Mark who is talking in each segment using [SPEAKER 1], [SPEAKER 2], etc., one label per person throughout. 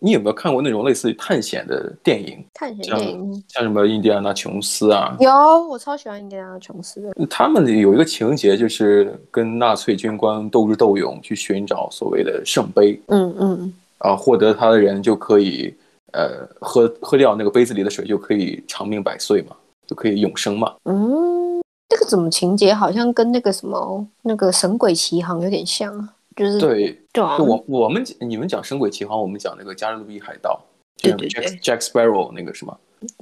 [SPEAKER 1] 你有没有看过那种类似于探险的电影，
[SPEAKER 2] 探险
[SPEAKER 1] 像
[SPEAKER 2] 电影
[SPEAKER 1] 像什么印第安纳琼斯啊？
[SPEAKER 2] 有，我超喜欢印第安纳琼斯的。
[SPEAKER 1] 他们有一个情节就是跟纳粹军官斗智斗勇，去寻找所谓的圣杯
[SPEAKER 2] 嗯嗯，
[SPEAKER 1] 啊，获得它的人就可以呃喝喝掉那个杯子里的水，就可以长命百岁嘛，就可以永生嘛。
[SPEAKER 2] 嗯，这个怎么情节好像跟那个什么那个《神鬼奇航》有点像啊，就是
[SPEAKER 1] 对，
[SPEAKER 2] 对啊
[SPEAKER 1] 就我我们你们讲《神鬼奇航》，我们讲那个《加勒比海盗》，就
[SPEAKER 2] 对
[SPEAKER 1] 是
[SPEAKER 2] 对
[SPEAKER 1] Jack Jack Sparrow 那个是吗？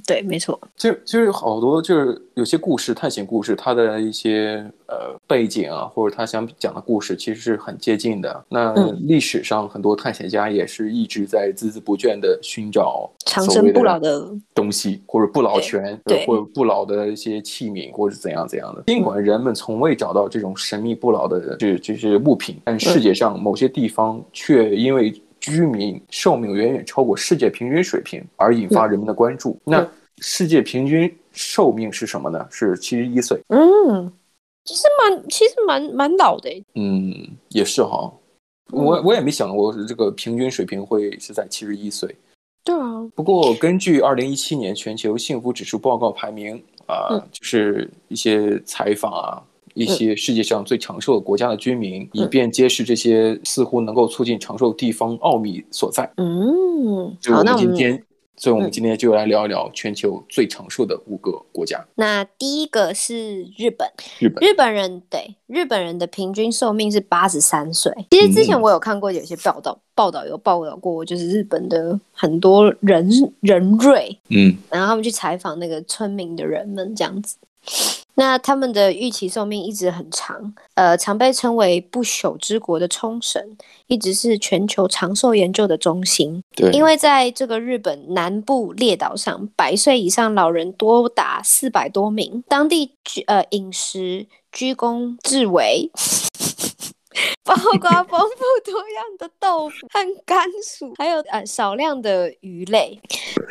[SPEAKER 2] 对，没错，
[SPEAKER 1] 就就是好多就是有些故事，探险故事，它的一些呃背景啊，或者他想讲的故事，其实是很接近的。那
[SPEAKER 2] 嗯
[SPEAKER 1] 历史上很多探险家也是一直在孜孜不倦的寻找
[SPEAKER 2] 长
[SPEAKER 1] 所谓
[SPEAKER 2] 生不老的，
[SPEAKER 1] 东西，或者不老泉，
[SPEAKER 2] 对对
[SPEAKER 1] 或者不老的一些器皿，或者怎样怎样的。尽管人们从未找到这种神秘不老的这这些物品，但世界上某些地方却因为居民寿命远远超过世界平均水平而引发人们的关注。那世界平均寿命是什么呢？是七十一岁。
[SPEAKER 2] 嗯，其实蛮其实蛮蛮老的欸，
[SPEAKER 1] 嗯，也是哈。我
[SPEAKER 2] 嗯
[SPEAKER 1] 我也没想过这个平均水平会是在七十一岁。
[SPEAKER 2] 对啊，
[SPEAKER 1] 不过，根据二零一七年全球幸福指数报告排名啊、
[SPEAKER 2] 嗯
[SPEAKER 1] 就是一些采访啊，一些世界上最长寿的国家的居民，
[SPEAKER 2] 嗯
[SPEAKER 1] 以便揭示这些似乎能够促进长寿地方奥秘所在。
[SPEAKER 2] 嗯，
[SPEAKER 1] 就是
[SPEAKER 2] 好，
[SPEAKER 1] 我
[SPEAKER 2] 那
[SPEAKER 1] 们
[SPEAKER 2] 我
[SPEAKER 1] 今
[SPEAKER 2] 们
[SPEAKER 1] 天，所以我们
[SPEAKER 2] 嗯
[SPEAKER 1] 今天就来聊一聊全球最长寿的五个国家：
[SPEAKER 2] 那第一个是日本，
[SPEAKER 1] 日本、
[SPEAKER 2] 日本人对日本人的平均寿命是八十三岁。其实之前
[SPEAKER 1] 嗯
[SPEAKER 2] 我有看过有些报道，报道有报道过，就是日本的很多人人瑞，
[SPEAKER 1] 嗯
[SPEAKER 2] 然后他们去采访那个村民的人们这样子。那他们的预期寿命一直很长，呃，常被称为不朽之国的冲绳，一直是全球长寿研究的中心。
[SPEAKER 1] 对，
[SPEAKER 2] 因为在这个日本南部列岛上，百岁以上老人多达四百多名，当地居呃饮食居功至伟， 包括丰富多样的豆腐和甘薯，还有呃少量的鱼类。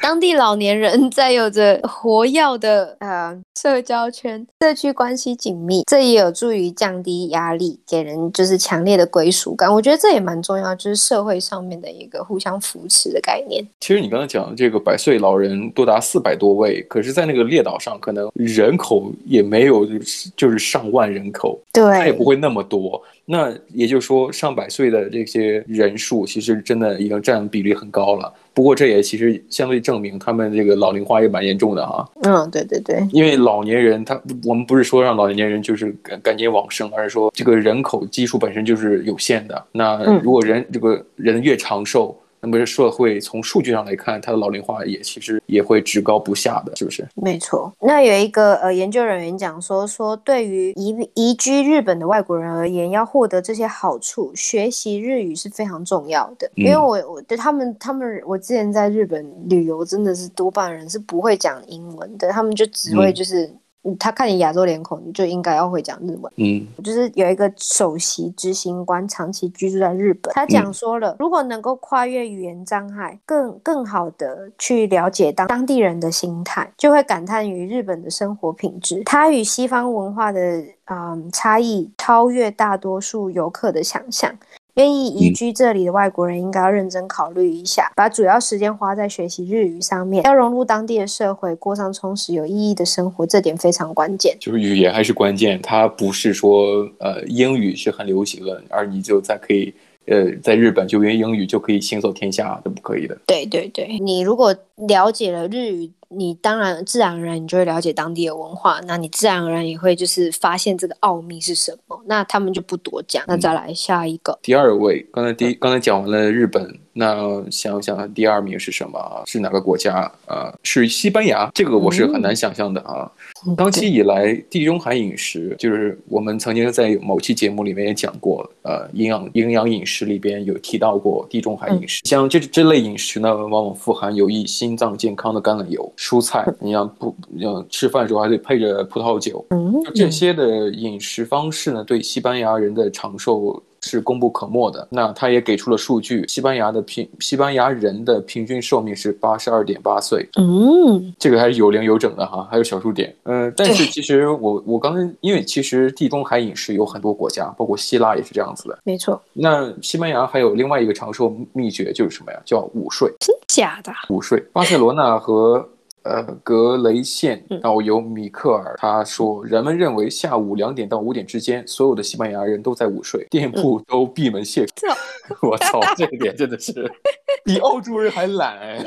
[SPEAKER 2] 当地老年人在有着活跃的呃社交圈，社区关系紧密，这也有助于降低压力，给人就是强烈的归属感。我觉得这也蛮重要，就是社会上面的一个互相扶持的概念。
[SPEAKER 1] 其实你刚才讲的这个百岁老人多达四百多位，可是，在那个列岛上，可能人口也没有就是就是上万人口，它也
[SPEAKER 2] 对
[SPEAKER 1] 不会那么多。那也就是说，上百岁的这些人数，其实真的已经占比例很高了。不过，这也其实相对证明他们这个老龄化也蛮严重的哈。
[SPEAKER 2] 嗯，对对对，
[SPEAKER 1] 因为老年人他，我们不是说让老年人就是赶赶紧往生，而是说这个人口基数本身就是有限的。那
[SPEAKER 2] 嗯
[SPEAKER 1] 如果人、这个人越长寿，那么社会从数据上来看，它的老龄化也其实也会只高不下的，是不是？
[SPEAKER 2] 没错。那有一个呃研究人员讲说，说对于移移居日本的外国人而言，要获得这些好处，学习日语是非常重要的。因为
[SPEAKER 1] 嗯
[SPEAKER 2] 我我对他们他们我之前在日本旅游，真的是多半人是不会讲英文的，他们就只会
[SPEAKER 1] 嗯
[SPEAKER 2] 就是。嗯他看你亚洲脸孔，你就应该要会讲日文。
[SPEAKER 1] 嗯
[SPEAKER 2] 就是有一个首席执行官长期居住在日本，他讲说了，如果能够跨越语言障碍，更更好的去了解当当地人的心态，就会感叹于日本的生活品质，它与西方文化的嗯差异超越大多数游客的想象。愿意移
[SPEAKER 1] 嗯
[SPEAKER 2] 居这里的外国人应该要认真考虑一下，把主要时间花在学习日语上面，要融入当地的社会，过上充实有意义的生活，这点非常关键。
[SPEAKER 1] 就是语言还是关键，它不是说呃英语是很流行的，而你就在可以呃在日本就因为英语就可以行走天下，这不可以的。
[SPEAKER 2] 对对对，你如果了解了日语，你当然自然而然你就会了解当地的文化，那你自然而然也会就是发现这个奥秘是什么。那他们就不多讲，那
[SPEAKER 1] 嗯
[SPEAKER 2] 再来下一个，
[SPEAKER 1] 第二位，刚才第一刚才讲完了日本，那想想第二名是什么？是哪个国家？呃，是西班牙，这个我是很难想象的啊。
[SPEAKER 2] 嗯
[SPEAKER 1] 长期以来，地中海饮食就是我们曾经在某期节目里面也讲过，呃，营养营养饮食里边有提到过地中海饮食。像这这类饮食呢，往往富含有益心脏健康的橄榄油、蔬菜。你像不，嗯，吃饭的时候还得配着葡萄酒。
[SPEAKER 2] 嗯
[SPEAKER 1] 就这些的饮食方式呢，对西班牙人的长寿是功不可没的。那他也给出了数据，西班牙的平西班牙人的平均寿命是八十二点八岁，
[SPEAKER 2] 嗯，
[SPEAKER 1] 这个还是有零有整的哈，还有小数点。嗯、但是
[SPEAKER 2] 对
[SPEAKER 1] 其实我我刚才因为其实地中海饮食有很多国家，包括希腊也是这样子的。
[SPEAKER 2] 没错，
[SPEAKER 1] 那西班牙还有另外一个长寿秘诀就是什么呀？叫午睡。
[SPEAKER 2] 假的，啊
[SPEAKER 1] 午睡。巴塞罗那和呃格雷县
[SPEAKER 2] 嗯
[SPEAKER 1] 导游米克尔他说，人们认为下午两点到五点之间，所有的西班牙人都在午睡，
[SPEAKER 2] 嗯
[SPEAKER 1] 店铺都闭门谢客。 我操，这个点真的是 比欧洲人还懒、哎。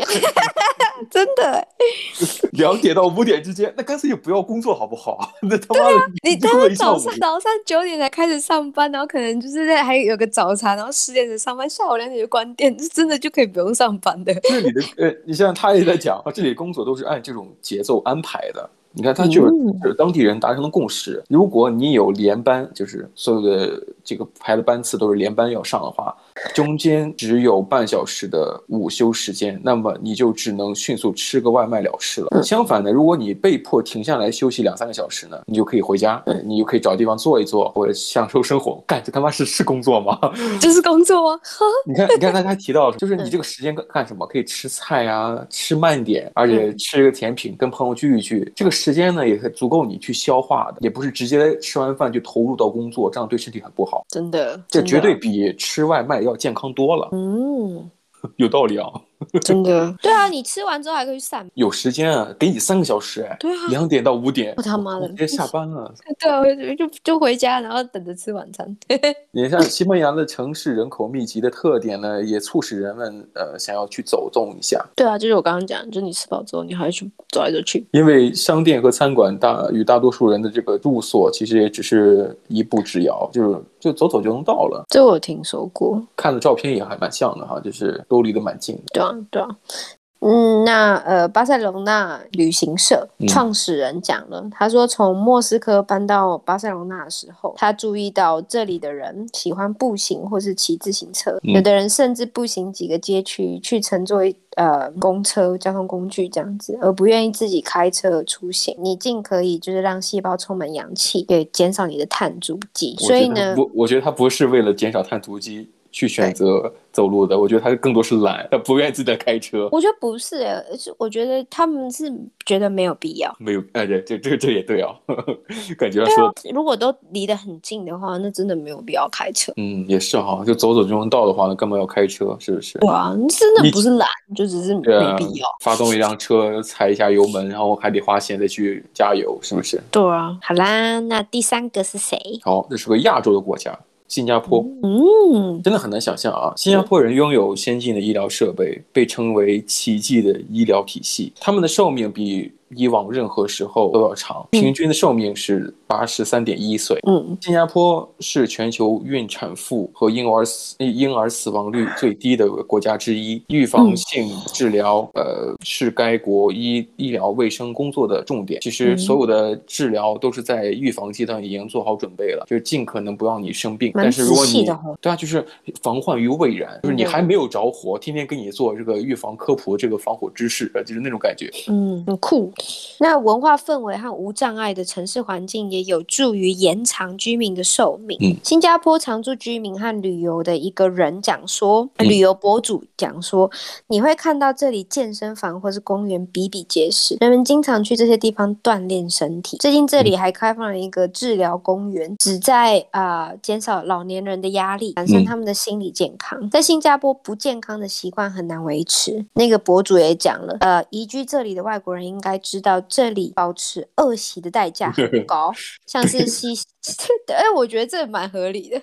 [SPEAKER 2] 真的，欸
[SPEAKER 1] 两点到五点之间，那干脆就不要工作好不好？ 那他妈的，
[SPEAKER 2] 啊你
[SPEAKER 1] 工
[SPEAKER 2] 他
[SPEAKER 1] 作一上
[SPEAKER 2] 早
[SPEAKER 1] 午。
[SPEAKER 2] 上早上九点才开始上班，然后可能就是在还有个早茶，然后十点才上班，下午两点就关店，这真的就可以不用上班的。
[SPEAKER 1] 这里的呃，你像他也在讲，这里工作都是按这种节奏安排的。你看，他就是
[SPEAKER 2] 嗯
[SPEAKER 1] 就是当地人达成的共识。如果你有连班，就是所有的这个排的班次都是连班要上的话，中间只有半小时的午休时间，那么你就只能迅速吃个外卖了事了。相反呢，如果你被迫停下来休息两三个小时呢，你就可以回家，你就可以找地方坐一坐，或者享受生活。干，这他妈是是工作吗？
[SPEAKER 2] 这是工作吗？
[SPEAKER 1] 你看，你看， 他还提到，就是
[SPEAKER 2] 嗯
[SPEAKER 1] 你这个时间干干什么？可以吃菜啊，吃慢点，而且
[SPEAKER 2] 嗯
[SPEAKER 1] 吃个甜品，跟朋友聚一聚。这个时间呢，也是足够你去消化的，也不是直接吃完饭就投入到工作，这样对身体很不好。
[SPEAKER 2] 真的，
[SPEAKER 1] 这
[SPEAKER 2] 真的
[SPEAKER 1] 绝对，比吃外卖要健康多了，
[SPEAKER 2] 嗯，
[SPEAKER 1] 有道理啊！
[SPEAKER 2] 真的， 对啊，你吃完之后还可以去散步，
[SPEAKER 1] 有时间啊，给你三个小时，哎，
[SPEAKER 2] 对啊，
[SPEAKER 1] 两点到五点
[SPEAKER 2] 我，他妈
[SPEAKER 1] 我
[SPEAKER 2] 的
[SPEAKER 1] 直，接下班了。
[SPEAKER 2] 对啊，我就就就回家，然后等着吃晚餐。
[SPEAKER 1] 你像西班牙的城市人口密集的特点呢，也促使人们呃想要去走动一下。
[SPEAKER 2] 对啊，就是我刚刚讲，就你吃饱之后，你还去走来走去。
[SPEAKER 1] 因为商店和餐馆大与大多数人的这个住所，其实也只是一步之遥，就是就走走就能到了。
[SPEAKER 2] 这我有听说过，
[SPEAKER 1] 看的照片也还蛮像的哈，就是都离得蛮近的。
[SPEAKER 2] 对啊，对啊。嗯，那呃，巴塞隆纳旅行社
[SPEAKER 1] 嗯
[SPEAKER 2] 创始人讲了，他说从莫斯科搬到巴塞隆纳的时候，他注意到这里的人喜欢步行或是骑自行车，
[SPEAKER 1] 嗯
[SPEAKER 2] 有的人甚至步行几个街区去乘坐呃公车交通工具这样子，而不愿意自己开车出行。你尽可以就是让细胞充满氧气，也减少你的碳足迹。所以呢，
[SPEAKER 1] 我我觉得他不是为了减少碳足迹去选择走路的，我觉得他更多是懒，他不愿意自己在开车。
[SPEAKER 2] 我觉得不是、欸，而是我觉得他们是觉得没有必要。
[SPEAKER 1] 没有，哎，这这这这也对啊， 感觉他说，
[SPEAKER 2] 如果都离得很近的话，那真的没有必要开车。
[SPEAKER 1] 嗯，也是哈，就走走就能到的话，那干嘛要开车？是不是？
[SPEAKER 2] 对啊，真
[SPEAKER 1] 你
[SPEAKER 2] 的不是懒，就只是没
[SPEAKER 1] 对啊
[SPEAKER 2] 必要。，
[SPEAKER 1] 发动一辆车，踩一下油门，然后还得花钱再去加油，是不是？
[SPEAKER 2] 对啊，好啦，那第三个是谁？
[SPEAKER 1] 好，这是个亚洲的国家，新加坡。
[SPEAKER 2] 嗯，
[SPEAKER 1] 真的很难想象啊！新加坡人拥有先进的医疗设备，被称为奇迹的医疗体系。他们的寿命比以往任何时候都要长，
[SPEAKER 2] 嗯
[SPEAKER 1] 平均的寿命是八十三点一岁。
[SPEAKER 2] 嗯，
[SPEAKER 1] 新加坡是全球孕产妇和婴儿死婴儿死亡率最低的国家之一。预防性治疗，呃，是该国医医疗卫生工作的重点。其实
[SPEAKER 2] 嗯
[SPEAKER 1] 所有的治疗都是在预防阶段已经做好准备了，就是尽可能不让你生病。
[SPEAKER 2] 蛮
[SPEAKER 1] 但是如果
[SPEAKER 2] 仔细
[SPEAKER 1] 你
[SPEAKER 2] 的哦
[SPEAKER 1] 对啊，就是防患于未然，就是你还没有着火，天天给你做这个预防科普这个防火知识，呃就是那种感觉。
[SPEAKER 2] 嗯，很酷。那文化氛围和无障碍的城市环境也有助于延长居民的寿命。
[SPEAKER 1] 嗯
[SPEAKER 2] 新加坡常住居民和旅游的一个人讲说，呃
[SPEAKER 1] 嗯
[SPEAKER 2] 旅游博主讲说，你会看到这里健身房或是公园比比皆是，人们经常去这些地方锻炼身体。最近这里还开放了一个治疗公园，旨在啊、呃减少老年人的压力，改善他们的心理健康。在新加坡，不健康的习惯很难维持。那个博主也讲了，呃，移居这里的外国人应该知道，这里保持恶习的代价很高， 像是吸， 哎，我觉得这蛮合理的。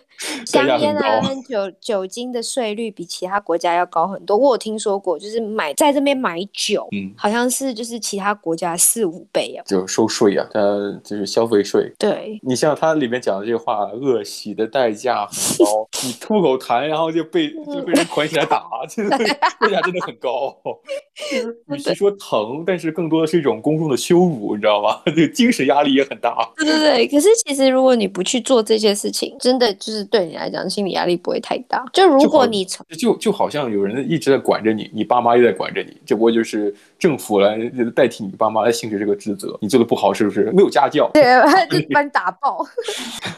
[SPEAKER 1] 代价
[SPEAKER 2] 香
[SPEAKER 1] 很
[SPEAKER 2] 烟啊
[SPEAKER 1] 高
[SPEAKER 2] 和酒酒精的税率比其他国家要高很多。我有听说过，就是买在这边买酒，
[SPEAKER 1] 嗯，
[SPEAKER 2] 好像是就是其他国家四五倍啊。
[SPEAKER 1] 就是收税啊，呃，就是消费税，
[SPEAKER 2] 对，
[SPEAKER 1] 你像他里面讲的这话，恶习的代价很高，你吐口痰，然后就被就被人捆起来打，这个代价真的很高。 就是与其说疼，但是更多的是一种公众的羞辱，你知道吗？ 这个精神压力也很大。
[SPEAKER 2] 对对对。可是其实如果你不去做这些事情，真的就是对你来讲心理压力不会太大。就如
[SPEAKER 1] 就好
[SPEAKER 2] 果你从
[SPEAKER 1] 就就好像有人一直在管着你，你爸妈也在管着你，只不过就是政府来呃代替你爸妈来行使这个职责。你做的
[SPEAKER 2] 呃
[SPEAKER 1] 不好，是不是没有家教？
[SPEAKER 2] 对，就把你打爆。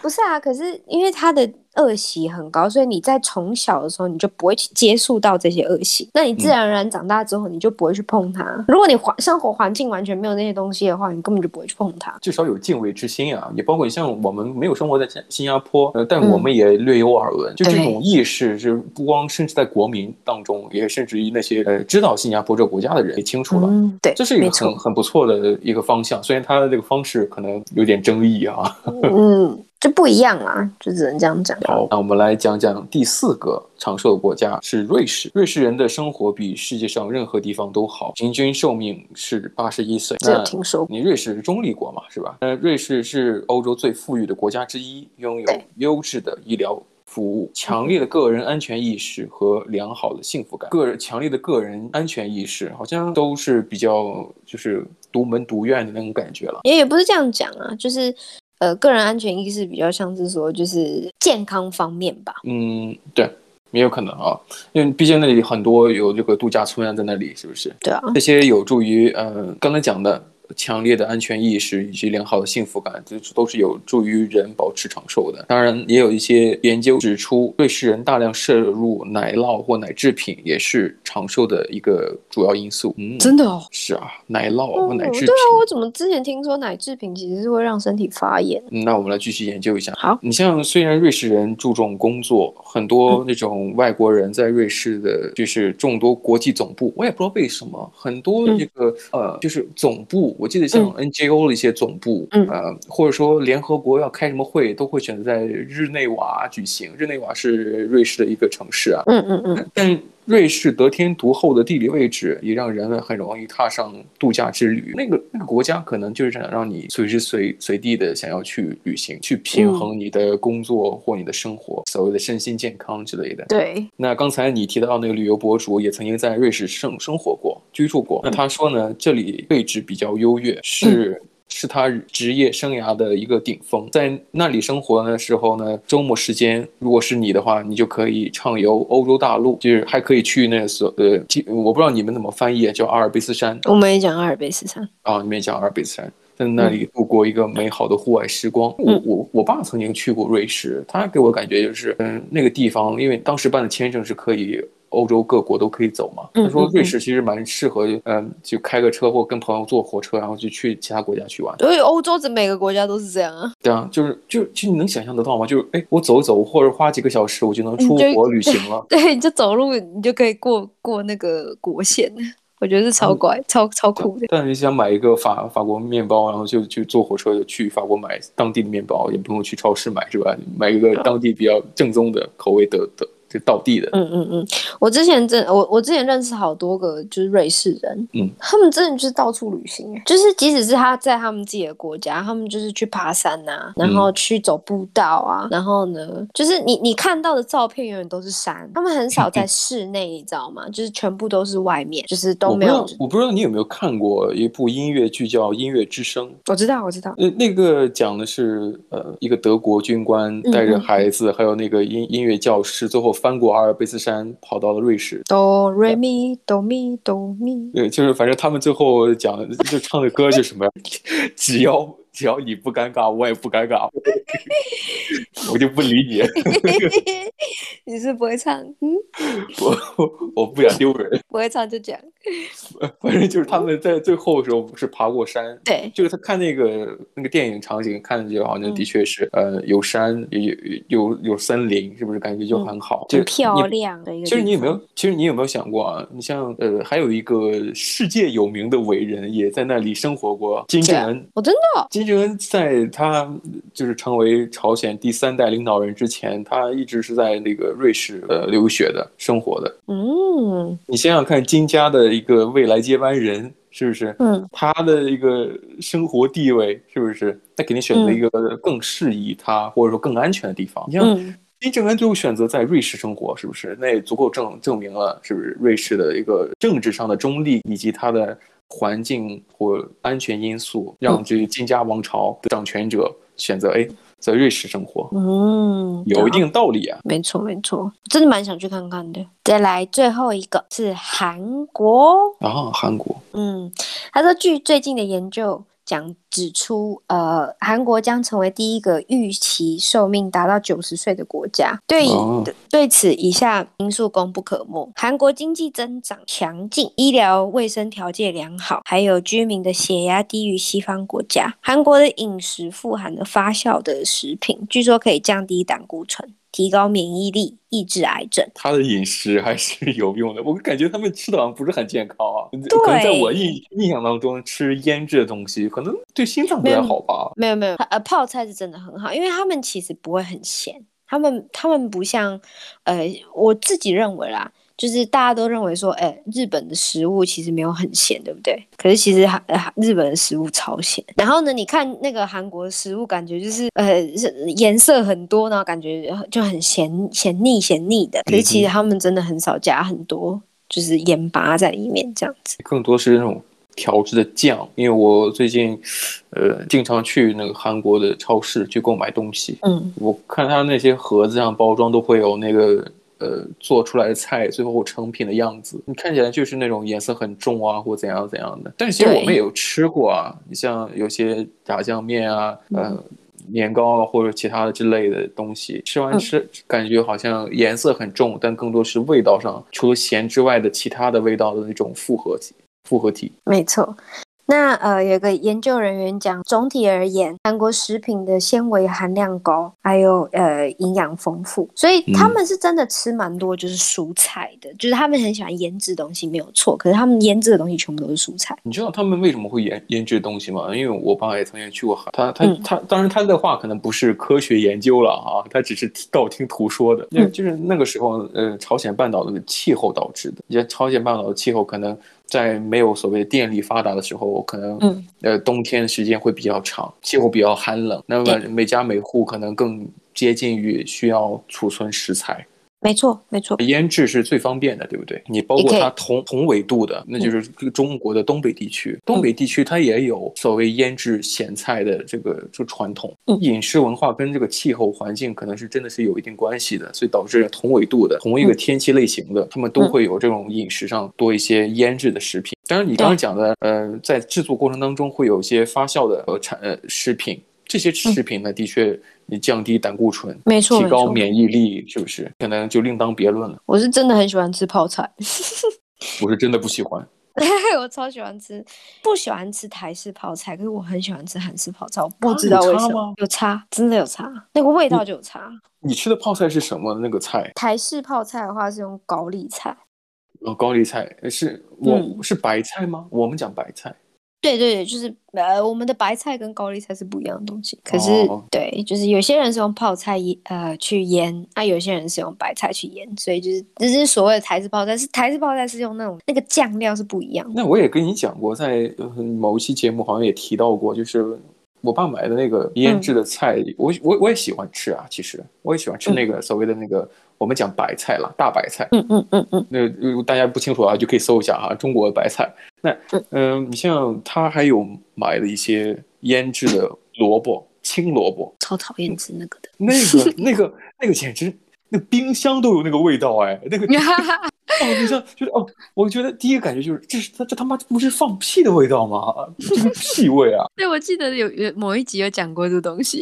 [SPEAKER 2] 不是啊，可是因为他的恶习很高，所以你在从小的时候你就不会去接触到这些恶习，那
[SPEAKER 1] 嗯
[SPEAKER 2] 你自然而然长大之后你就不会去碰它。如果你环生活环境完全没有那些东西的话，你根本就不会去碰它。
[SPEAKER 1] 至少有敬畏之心啊！也包括你像我们没有生活在新新加坡，呃，
[SPEAKER 2] 嗯
[SPEAKER 1] 但我们也略有耳闻，就这种意识是不光甚至在国民当中，也甚至于那些呃知道新加坡这个国家的人也清楚了。
[SPEAKER 2] 嗯，对，
[SPEAKER 1] 这是一个
[SPEAKER 2] 没错
[SPEAKER 1] 很很不错的一个方向，虽然它的这个方式可能有点争议 啊。
[SPEAKER 2] 嗯，就不一样啊，就只能这样讲。
[SPEAKER 1] 好，那我们来讲讲第四个长寿的国家是瑞士。瑞士人的生活比世界上任何地方都好，平均寿命是八十一岁。
[SPEAKER 2] 只有
[SPEAKER 1] 那
[SPEAKER 2] 听说过，
[SPEAKER 1] 你瑞士是中立国嘛，是吧？那瑞士是欧洲最富裕的国家之一，拥有
[SPEAKER 2] 对
[SPEAKER 1] 优质的医疗服务、强烈的个人安全意识和良好的幸福感。个人强烈的个人安全意识好像都是比较就是独门独院的那种感觉了。
[SPEAKER 2] 也也不是这样讲啊，就是呃，个人安全意识比较像是说就是健康方面吧。
[SPEAKER 1] 嗯，对，也有可能啊，因为毕竟那里很多有这个度假村啊，在那里是不是？
[SPEAKER 2] 对啊，
[SPEAKER 1] 这些有助于呃刚才讲的强烈的安全意识以及良好的幸福感，这都是有助于人保持长寿的。当然，也有一些研究指出，瑞士人大量摄入奶酪或奶制品也是长寿的一个主要因素。嗯，
[SPEAKER 2] 真的哦。
[SPEAKER 1] 是啊，奶酪和
[SPEAKER 2] 嗯，
[SPEAKER 1] 奶制
[SPEAKER 2] 对
[SPEAKER 1] 品。
[SPEAKER 2] 啊，我怎么之前听说奶制品其实是会让身体发炎？
[SPEAKER 1] 嗯那我们来继续研究一下。
[SPEAKER 2] 好，
[SPEAKER 1] 你像虽然瑞士人注重工作，很
[SPEAKER 2] 嗯
[SPEAKER 1] 多那种外国人在瑞士的，就是众多国际总部，我也不知道为什么，很多
[SPEAKER 2] 嗯
[SPEAKER 1] 这个、呃，就是总部，我记得像 NGO 的一些总部，
[SPEAKER 2] 嗯
[SPEAKER 1] 呃，或者说联合国要开什么会，都会选择在日内瓦举行。日内瓦是瑞士的一个城市啊，
[SPEAKER 2] 嗯嗯嗯，
[SPEAKER 1] 但瑞士得天独厚的地理位置，也让人们很容易踏上度假之旅。那个那个国家可能就是想让你随时随随地的想要去旅行，去平衡你的工作或你的生活，所谓的身心健康之类的。
[SPEAKER 2] 对，
[SPEAKER 1] 那刚才你提到那个旅游博主也曾经在瑞士生生活过、居住过。那他说呢，这里位置比较优越，是、是他职业生涯的一个顶峰。在那里生活的时候呢，周末时间如果是你的话，你就可以畅游欧洲大陆，就是还可以去那所呃，基我不知道你们怎么翻译，啊叫阿尔卑斯山
[SPEAKER 2] 我们也讲阿尔卑斯山。
[SPEAKER 1] 啊，你们也讲阿尔卑斯山。在那
[SPEAKER 2] 嗯
[SPEAKER 1] 里度过一个美好的户外时光。我我我爸曾经去过瑞士，他给我感觉就是，嗯，那个地方，因为当时办的签证是可以欧洲各国都可以走嘛。
[SPEAKER 2] 嗯
[SPEAKER 1] 他说
[SPEAKER 2] 嗯
[SPEAKER 1] 瑞士其实蛮适合，嗯，就开个车或跟朋友坐火车，然后就去其他国家去玩。
[SPEAKER 2] 所以欧洲这每个国家都是这样啊，
[SPEAKER 1] 对啊，就是就就你能想象得到吗？就是哎，我走一走或者花几个小时，我就能出
[SPEAKER 2] 你就
[SPEAKER 1] 国旅行了。
[SPEAKER 2] 对，你就走路你就可以过过那个国线，我觉得是超乖、超超酷的。
[SPEAKER 1] 但你想买一个法法国面包，然后就就坐火车去法国买当地的面包，也不用去超市买，是吧？买一个当地比较正宗的口味的的，就道地的。
[SPEAKER 2] 嗯嗯嗯，我之前真我我之前认识好多个就是瑞士人，
[SPEAKER 1] 嗯，
[SPEAKER 2] 他们真的就是到处旅行，欸就是即使是他在他们自己的国家，他们就是去爬山呐、然后
[SPEAKER 1] 嗯
[SPEAKER 2] 去走步道啊，然后呢，就是你你看到的照片永远都是山，他们很少
[SPEAKER 1] 嗯
[SPEAKER 2] 在室内，你知道吗？就是全部都是外面，就是都
[SPEAKER 1] 我不
[SPEAKER 2] 没
[SPEAKER 1] 知
[SPEAKER 2] 有
[SPEAKER 1] 道。，我不知道你有没有看过一部音乐剧叫《音乐之声》。
[SPEAKER 2] 我知道，我知道，
[SPEAKER 1] 呃，那个讲的是呃，一个德国军官
[SPEAKER 2] 嗯
[SPEAKER 1] 带着
[SPEAKER 2] 嗯
[SPEAKER 1] 孩子，还有那个音音乐教师，最后翻过阿尔卑斯山，跑到了瑞士。
[SPEAKER 2] 哆瑞咪哆咪哆咪，
[SPEAKER 1] 对，就是反正他们最后讲的就唱的歌就是什么呀？只要只要你不尴尬，我也不尴尬， 我就不理你，
[SPEAKER 2] 你是不会唱，嗯，
[SPEAKER 1] 我我不想丢人。
[SPEAKER 2] 不会唱就讲，
[SPEAKER 1] 反正就是他们在最后的时候不是爬过山。
[SPEAKER 2] 对，
[SPEAKER 1] 就是他看那个那个电影场景，看着就好
[SPEAKER 2] 嗯
[SPEAKER 1] 像的确是，呃，有山，有有有有森林，是不是感觉就很好？就
[SPEAKER 2] 嗯很
[SPEAKER 1] 是你
[SPEAKER 2] 漂亮的一个地方。
[SPEAKER 1] 其实你有没有？其实你有没有想过啊？你像呃，还有一个世界有名的伟人也在那里生活过，金正
[SPEAKER 2] 谁啊
[SPEAKER 1] 恩。
[SPEAKER 2] 我真的哦
[SPEAKER 1] 金正恩在他就是成为朝鲜第三代领导人之前，他一直是在那个瑞士呃留学的生活的。
[SPEAKER 2] 嗯
[SPEAKER 1] 你想想看，金家的一个未来接班人是不是？
[SPEAKER 2] 嗯，
[SPEAKER 1] 他的一个生活地位是不是？他肯定选择一个更适宜他、或者说更安全的地方。你像
[SPEAKER 2] 嗯嗯，
[SPEAKER 1] 金正恩最后选择在瑞士生活，是不是？那也足够证证明了，是不是瑞士的一个政治上的中立，以及它的环境或安全因素，
[SPEAKER 2] 嗯
[SPEAKER 1] 让这个金家王朝的掌权者选择哎在瑞士生活，
[SPEAKER 2] 嗯，
[SPEAKER 1] 有一
[SPEAKER 2] 对啊。
[SPEAKER 1] 定道理啊。
[SPEAKER 2] 没错，没错，真的蛮想去看看的。再来最后一个是韩国，
[SPEAKER 1] 啊，韩国，
[SPEAKER 2] 嗯，他说据最近的研究，将指出，呃，韩国将成为第一个预期寿命达到九十岁的国家。对、
[SPEAKER 1] 哦
[SPEAKER 2] 对此，以下因素功不可没：韩国经济增长强劲，医疗卫生条件良好，还有居民的血压低于西方国家。韩国的饮食富含了发酵的食品，据说可以降低胆固醇。提高免疫力，抑制癌症。
[SPEAKER 1] 他的饮食还是有用的，我感觉他们吃的好像不是很健康啊。可能在我印印象当中，吃腌制的东西可能对心脏不太好吧。
[SPEAKER 2] 没有没有，呃，泡菜是真的很好，因为他们其实不会很咸，他们他们不像，呃，我自己认为啦，就是大家都认为说，哎、日本的食物其实没有很咸，对不对？可是其实韩、呃、日本的食物超咸。然后呢，你看那个韩国食物，感觉就是呃是颜色很多，然后感觉就很咸咸腻咸腻的。可是其实他们真的很少加很多，就是盐巴在里面这样子。
[SPEAKER 1] 更多是那种调制的酱，因为我最近，呃，经常去那个韩国的超市去购买东西，
[SPEAKER 2] 嗯，
[SPEAKER 1] 我看它那些盒子上包装都会有那个呃做出来的菜最后成品的样子，你看起来就是那种颜色很重啊，或怎样怎样的。但是其实
[SPEAKER 2] 对
[SPEAKER 1] 我们也有吃过啊，你像有些炸酱面啊，呃
[SPEAKER 2] 嗯，
[SPEAKER 1] 年糕啊或者其他的之类的东西，吃完
[SPEAKER 2] 嗯
[SPEAKER 1] 吃感觉好像颜色很重，但更多是味道上除了咸之外的其他的味道的那种复合体。复合体，
[SPEAKER 2] 没错。那呃，有个研究人员讲，总体而言，韩国食品的纤维含量高，还有呃营养丰富，所以
[SPEAKER 1] 嗯
[SPEAKER 2] 他们是真的吃蛮多就是蔬菜的，就是他们很喜欢腌制东西没有错，可是他们腌制的东西全部都是蔬菜。
[SPEAKER 1] 你知道他们为什么会研研制东西吗？因为我爸也曾经去过韩，他他
[SPEAKER 2] 嗯
[SPEAKER 1] 他，当然他的话可能不是科学研究了啊，他只是道听途说的。那
[SPEAKER 2] 嗯
[SPEAKER 1] 就是那个时候，呃，朝鲜半岛的气候导致的。你看朝鲜半岛的气候可能在没有所谓电力发达的时候，可能
[SPEAKER 2] 嗯，
[SPEAKER 1] 呃，冬天时间会比较长，气候比较寒冷，那么
[SPEAKER 2] 对
[SPEAKER 1] 每家每户可能更接近于需要储存食材。
[SPEAKER 2] 没错，没错。
[SPEAKER 1] 腌制是最方便的，对不对？你包括
[SPEAKER 2] 可以嗯
[SPEAKER 1] 它同同纬度的，那就是中国的东北地区。东北地区它也有所谓腌制咸菜的这个这个传统
[SPEAKER 2] 嗯，
[SPEAKER 1] 饮食文化跟这个气候环境可能是真的是有一定关系的，所以导致同纬度的同一个
[SPEAKER 2] 嗯
[SPEAKER 1] 天气类型的，他们都
[SPEAKER 2] 嗯
[SPEAKER 1] 会有这种饮食上多一些腌制的食品。当然，你刚刚
[SPEAKER 2] 对
[SPEAKER 1] 讲的，呃，在制作过程当中会有一些发酵的呃产呃食品，这
[SPEAKER 2] 嗯
[SPEAKER 1] 些食品呢，的确你降低胆固醇，
[SPEAKER 2] 没错
[SPEAKER 1] 提
[SPEAKER 2] 没
[SPEAKER 1] 高
[SPEAKER 2] 错
[SPEAKER 1] 免疫力，是不是？可能就另当别论了。
[SPEAKER 2] 我是真的很喜欢吃泡菜，
[SPEAKER 1] 我是真的不喜欢。
[SPEAKER 2] 我超喜欢吃，不喜欢吃台式泡菜，可是我很喜欢吃韩式泡菜，我不知道为
[SPEAKER 1] 啊
[SPEAKER 2] 什
[SPEAKER 1] 有差
[SPEAKER 2] 么
[SPEAKER 1] 吗
[SPEAKER 2] 有差，真的有差，那个味道就有差。
[SPEAKER 1] 你吃的泡菜是什么？那个菜，
[SPEAKER 2] 台式泡菜的话是用高丽菜，
[SPEAKER 1] 呃，高丽菜呃是我、
[SPEAKER 2] 嗯
[SPEAKER 1] 是白菜吗？我们讲白菜，
[SPEAKER 2] 对对对，就是呃，我们的白菜跟高丽菜是不一样的东西。可是、
[SPEAKER 1] 哦
[SPEAKER 2] 对，就是有些人是用泡菜腌呃去腌，啊，有些人是用白菜去腌，所以就是这是所谓的台式泡菜，是台式泡菜是用那种那个酱料是不一样的。
[SPEAKER 1] 那我也跟你讲过，在、呃某一期节目好像也提到过，就是我爸买的那个
[SPEAKER 2] 嗯
[SPEAKER 1] 腌制的菜，我我我也喜欢吃啊，其实我也喜欢吃那个所谓的那个、我们讲白菜啦，大白菜。
[SPEAKER 2] 嗯嗯嗯嗯，
[SPEAKER 1] 那如果大家不清楚啊，就可以搜一下啊，中国白菜。那
[SPEAKER 2] 嗯
[SPEAKER 1] 嗯、呃你像他还有买了一些腌制的萝卜，青萝卜，
[SPEAKER 2] 超讨厌吃那个的。
[SPEAKER 1] 那个那个那个简直，那冰箱都有那个味道哎，那 个哦，冰箱就是哦，我觉得第一个感觉就是这是这这他妈不是放屁的味道吗？这个屁味啊，
[SPEAKER 2] 对，我记得有有某一集有讲过这东 西。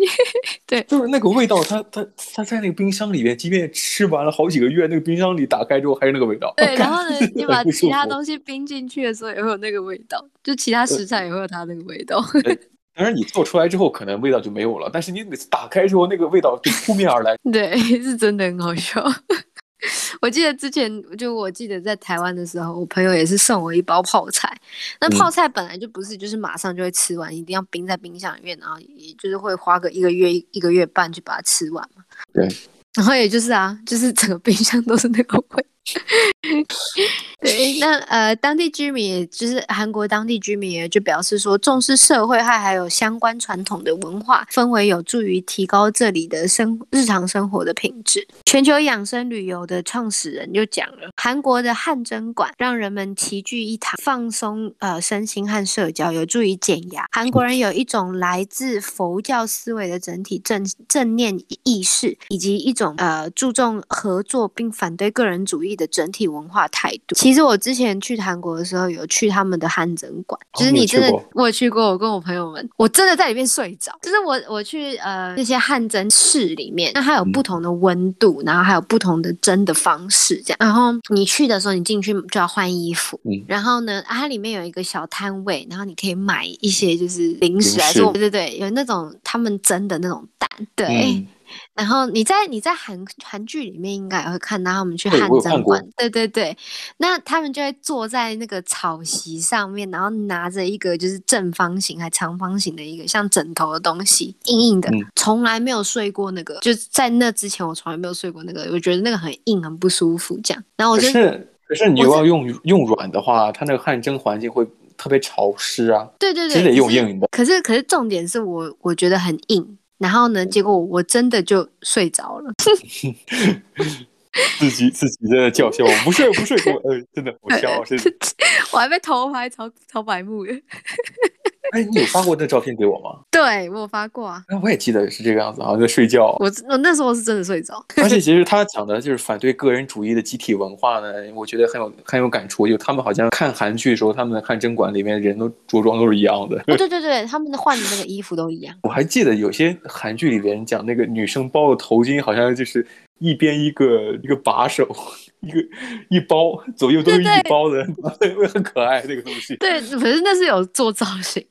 [SPEAKER 1] 就是那个味道，它它它在那个冰箱里面，即便吃完了好几个月，那个冰箱里打开之后还是那个味道。
[SPEAKER 2] 对，然后呢，你把
[SPEAKER 1] 不舒
[SPEAKER 2] 其他
[SPEAKER 1] 服
[SPEAKER 2] 东西冰进去的时候也会有那个味道，就其他食材也会有它那个味道。
[SPEAKER 1] 当然你做出来之后可能味道就没有了，但是你每次打开之后，那个味道就扑面而来。
[SPEAKER 2] 对，是真的很好笑。 我记得之前就我记得在台湾的时候，我朋友也是送我一包泡菜。那
[SPEAKER 1] 嗯
[SPEAKER 2] 泡菜本来就不是就是马上就会吃完，一定要冰在冰箱里面，然后也就是会花个一个月一个月半去把它吃完嘛。
[SPEAKER 1] 对。
[SPEAKER 2] 然后也就是啊，就是整个冰箱都是那个味。对，那呃，当地居民也就是韩国当地居民也就表示说，重视社会还还有相关传统的文化氛围，有助于提高这里的生日常生活的品质。全球养生旅游的创始人就讲了，韩国的汗蒸馆让人们齐聚一堂，放松呃身心和社交，有助于减压。韩国人有一种来自佛教思维的整体正正念意识，以及一种呃注重合作并反对个人主义力的整体文化态度。其实我之前去韩国的时候，有去他们的汗蒸馆，就是
[SPEAKER 1] 哦你
[SPEAKER 2] 你
[SPEAKER 1] 有去
[SPEAKER 2] 真的、
[SPEAKER 1] 过
[SPEAKER 2] 我有去过，我跟我朋友们，我真的在里面睡着。就是我我去呃那些汗蒸室里面，那它有
[SPEAKER 1] 嗯
[SPEAKER 2] 不同的温度，然后还有不同的蒸的方式，这样。然后你去的时候，你进去就要换衣服，
[SPEAKER 1] 嗯
[SPEAKER 2] 然后呢、啊它里面有一个小摊位，然后你可以买一些就是零
[SPEAKER 1] 零
[SPEAKER 2] 食还
[SPEAKER 1] 食
[SPEAKER 2] 是我对对对，有那种他们蒸的那哎种蛋，对。
[SPEAKER 1] 嗯，
[SPEAKER 2] 然后你在你在韩韩剧里面应该也会看到他们去
[SPEAKER 1] 对
[SPEAKER 2] 汗
[SPEAKER 1] 我有看
[SPEAKER 2] 蒸
[SPEAKER 1] 过
[SPEAKER 2] 馆，对对对，那他们就会坐在那个草席上面，然后拿着一个就是正方形还长方形的一个像枕头的东西，硬硬的，
[SPEAKER 1] 嗯
[SPEAKER 2] 从来没有睡过那个，就是在那之前我从来没有睡过那个，我觉得那个很硬很不舒服这样，然后我
[SPEAKER 1] 可
[SPEAKER 2] 就是
[SPEAKER 1] 可是你
[SPEAKER 2] 我
[SPEAKER 1] 又
[SPEAKER 2] 是
[SPEAKER 1] 要用用软的话，它那个汗蒸环境会特别潮湿啊，
[SPEAKER 2] 对对对，
[SPEAKER 1] 只得
[SPEAKER 2] 可
[SPEAKER 1] 用
[SPEAKER 2] 是
[SPEAKER 1] 硬的。
[SPEAKER 2] 可是可是重点是我我觉得很硬，然后呢，结果我真的就睡着了。
[SPEAKER 1] 自己自己在那叫嚣，我不睡不睡，我呃，真的我 笑是。
[SPEAKER 2] 我还被偷拍，超超白目的。
[SPEAKER 1] 哎，你有发过那照片给我吗？哎
[SPEAKER 2] 对我有发过啊，
[SPEAKER 1] 那我也记得是这个样子，好像在睡 觉。
[SPEAKER 2] 我我那时候是真的睡着。
[SPEAKER 1] 而且其实他讲的就是反对个人主义的集体文化呢，我觉得很有很有感触。就他们好像看韩剧的时候，他们的汗蒸馆里面人都着装都是一样的。
[SPEAKER 2] 哦，对对对，他们换的那个衣服都一样。
[SPEAKER 1] 我还记得有些韩剧里边讲那个女生包的头巾，好像就是一边一个一个把手，一个一包，左右都是
[SPEAKER 2] 对对
[SPEAKER 1] 一包的， 很可爱那个东西。
[SPEAKER 2] 对，可是那是有做造型。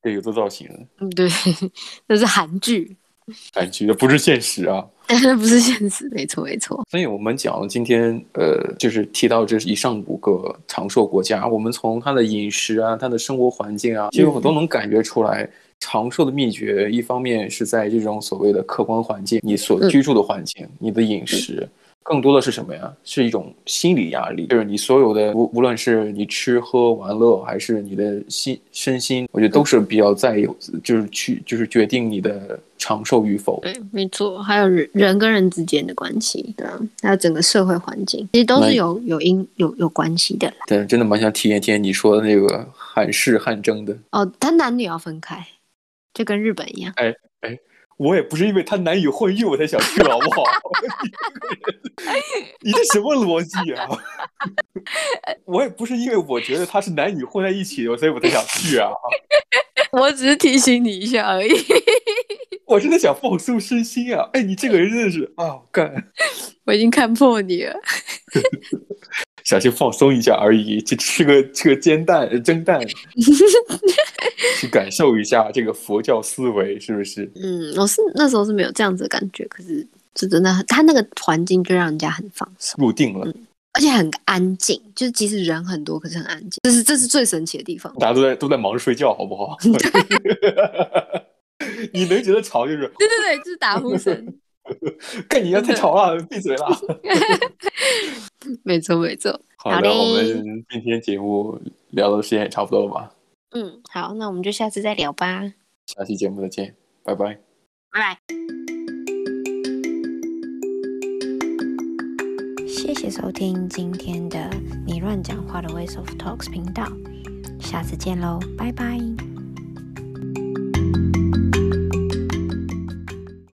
[SPEAKER 1] 对，有做造型的
[SPEAKER 2] 嗯，对， 那是韩剧，
[SPEAKER 1] 感觉，不是现实啊。
[SPEAKER 2] 那不是现实。没错，没错。
[SPEAKER 1] 所以我们讲今天，呃，就是提到这以上五个长寿国家，我们从它的饮食啊，它的生活环境啊，其实我都能感觉出来。长寿的秘诀，一方面是在这种所谓的客观环境，你所居住的环境，你的饮食，更多的是什么呀？是一种心理压力，就是你所有的无无论是你吃喝玩乐，还是你的心身心，我觉得都是比较在意，就是去就是决定你的长寿与否。
[SPEAKER 2] 对，没错。还有人人跟人之间的关系，对啊，还有整个社会环境，其实都
[SPEAKER 1] 那
[SPEAKER 2] 是有有因有有关系的啦。
[SPEAKER 1] 对，真的蛮想体验体验你说的那个韩式汗蒸的。
[SPEAKER 2] 哦，但男女要分开，就跟日本一样。
[SPEAKER 1] 我也不是因为他男女混浴我才想去，好不好？ 你这什么逻辑啊？ 我也不是因为我觉得他是男女混在一起，所以我才想去啊。
[SPEAKER 2] 我只是提醒你一下而已。
[SPEAKER 1] 我真的想放松身心啊！哎，你这个人真的是啊，干，
[SPEAKER 2] 我已经看破你了。
[SPEAKER 1] 想去放松一下而已，去吃个吃个煎蛋呃蒸蛋，去感受一下这个佛教思维，是不是？
[SPEAKER 2] 嗯，我是那时候是没有这样子的感觉，可是是真的很，他那个环境就让人家很放松，
[SPEAKER 1] 入定了，
[SPEAKER 2] 而且很安静，就是即使人很多，可是很安静，这是这是最神奇的地方。
[SPEAKER 1] 大家都在都在忙着睡觉，好不好？ 你能觉得吵就是，
[SPEAKER 2] 对对对，就是打呼声，
[SPEAKER 1] 干你要太吵了，闭嘴啦！
[SPEAKER 2] 没错没错。
[SPEAKER 1] 好
[SPEAKER 2] 好
[SPEAKER 1] 的，
[SPEAKER 2] 嘞
[SPEAKER 1] 我们今天节目聊的时间也差不多了吧？
[SPEAKER 2] 嗯，好，那我们就下次再聊吧，
[SPEAKER 1] 下期节目再见，拜拜。
[SPEAKER 2] 拜拜。谢谢收听今天的你乱讲话的 Ways of Talks 频道，下次见喽，拜拜。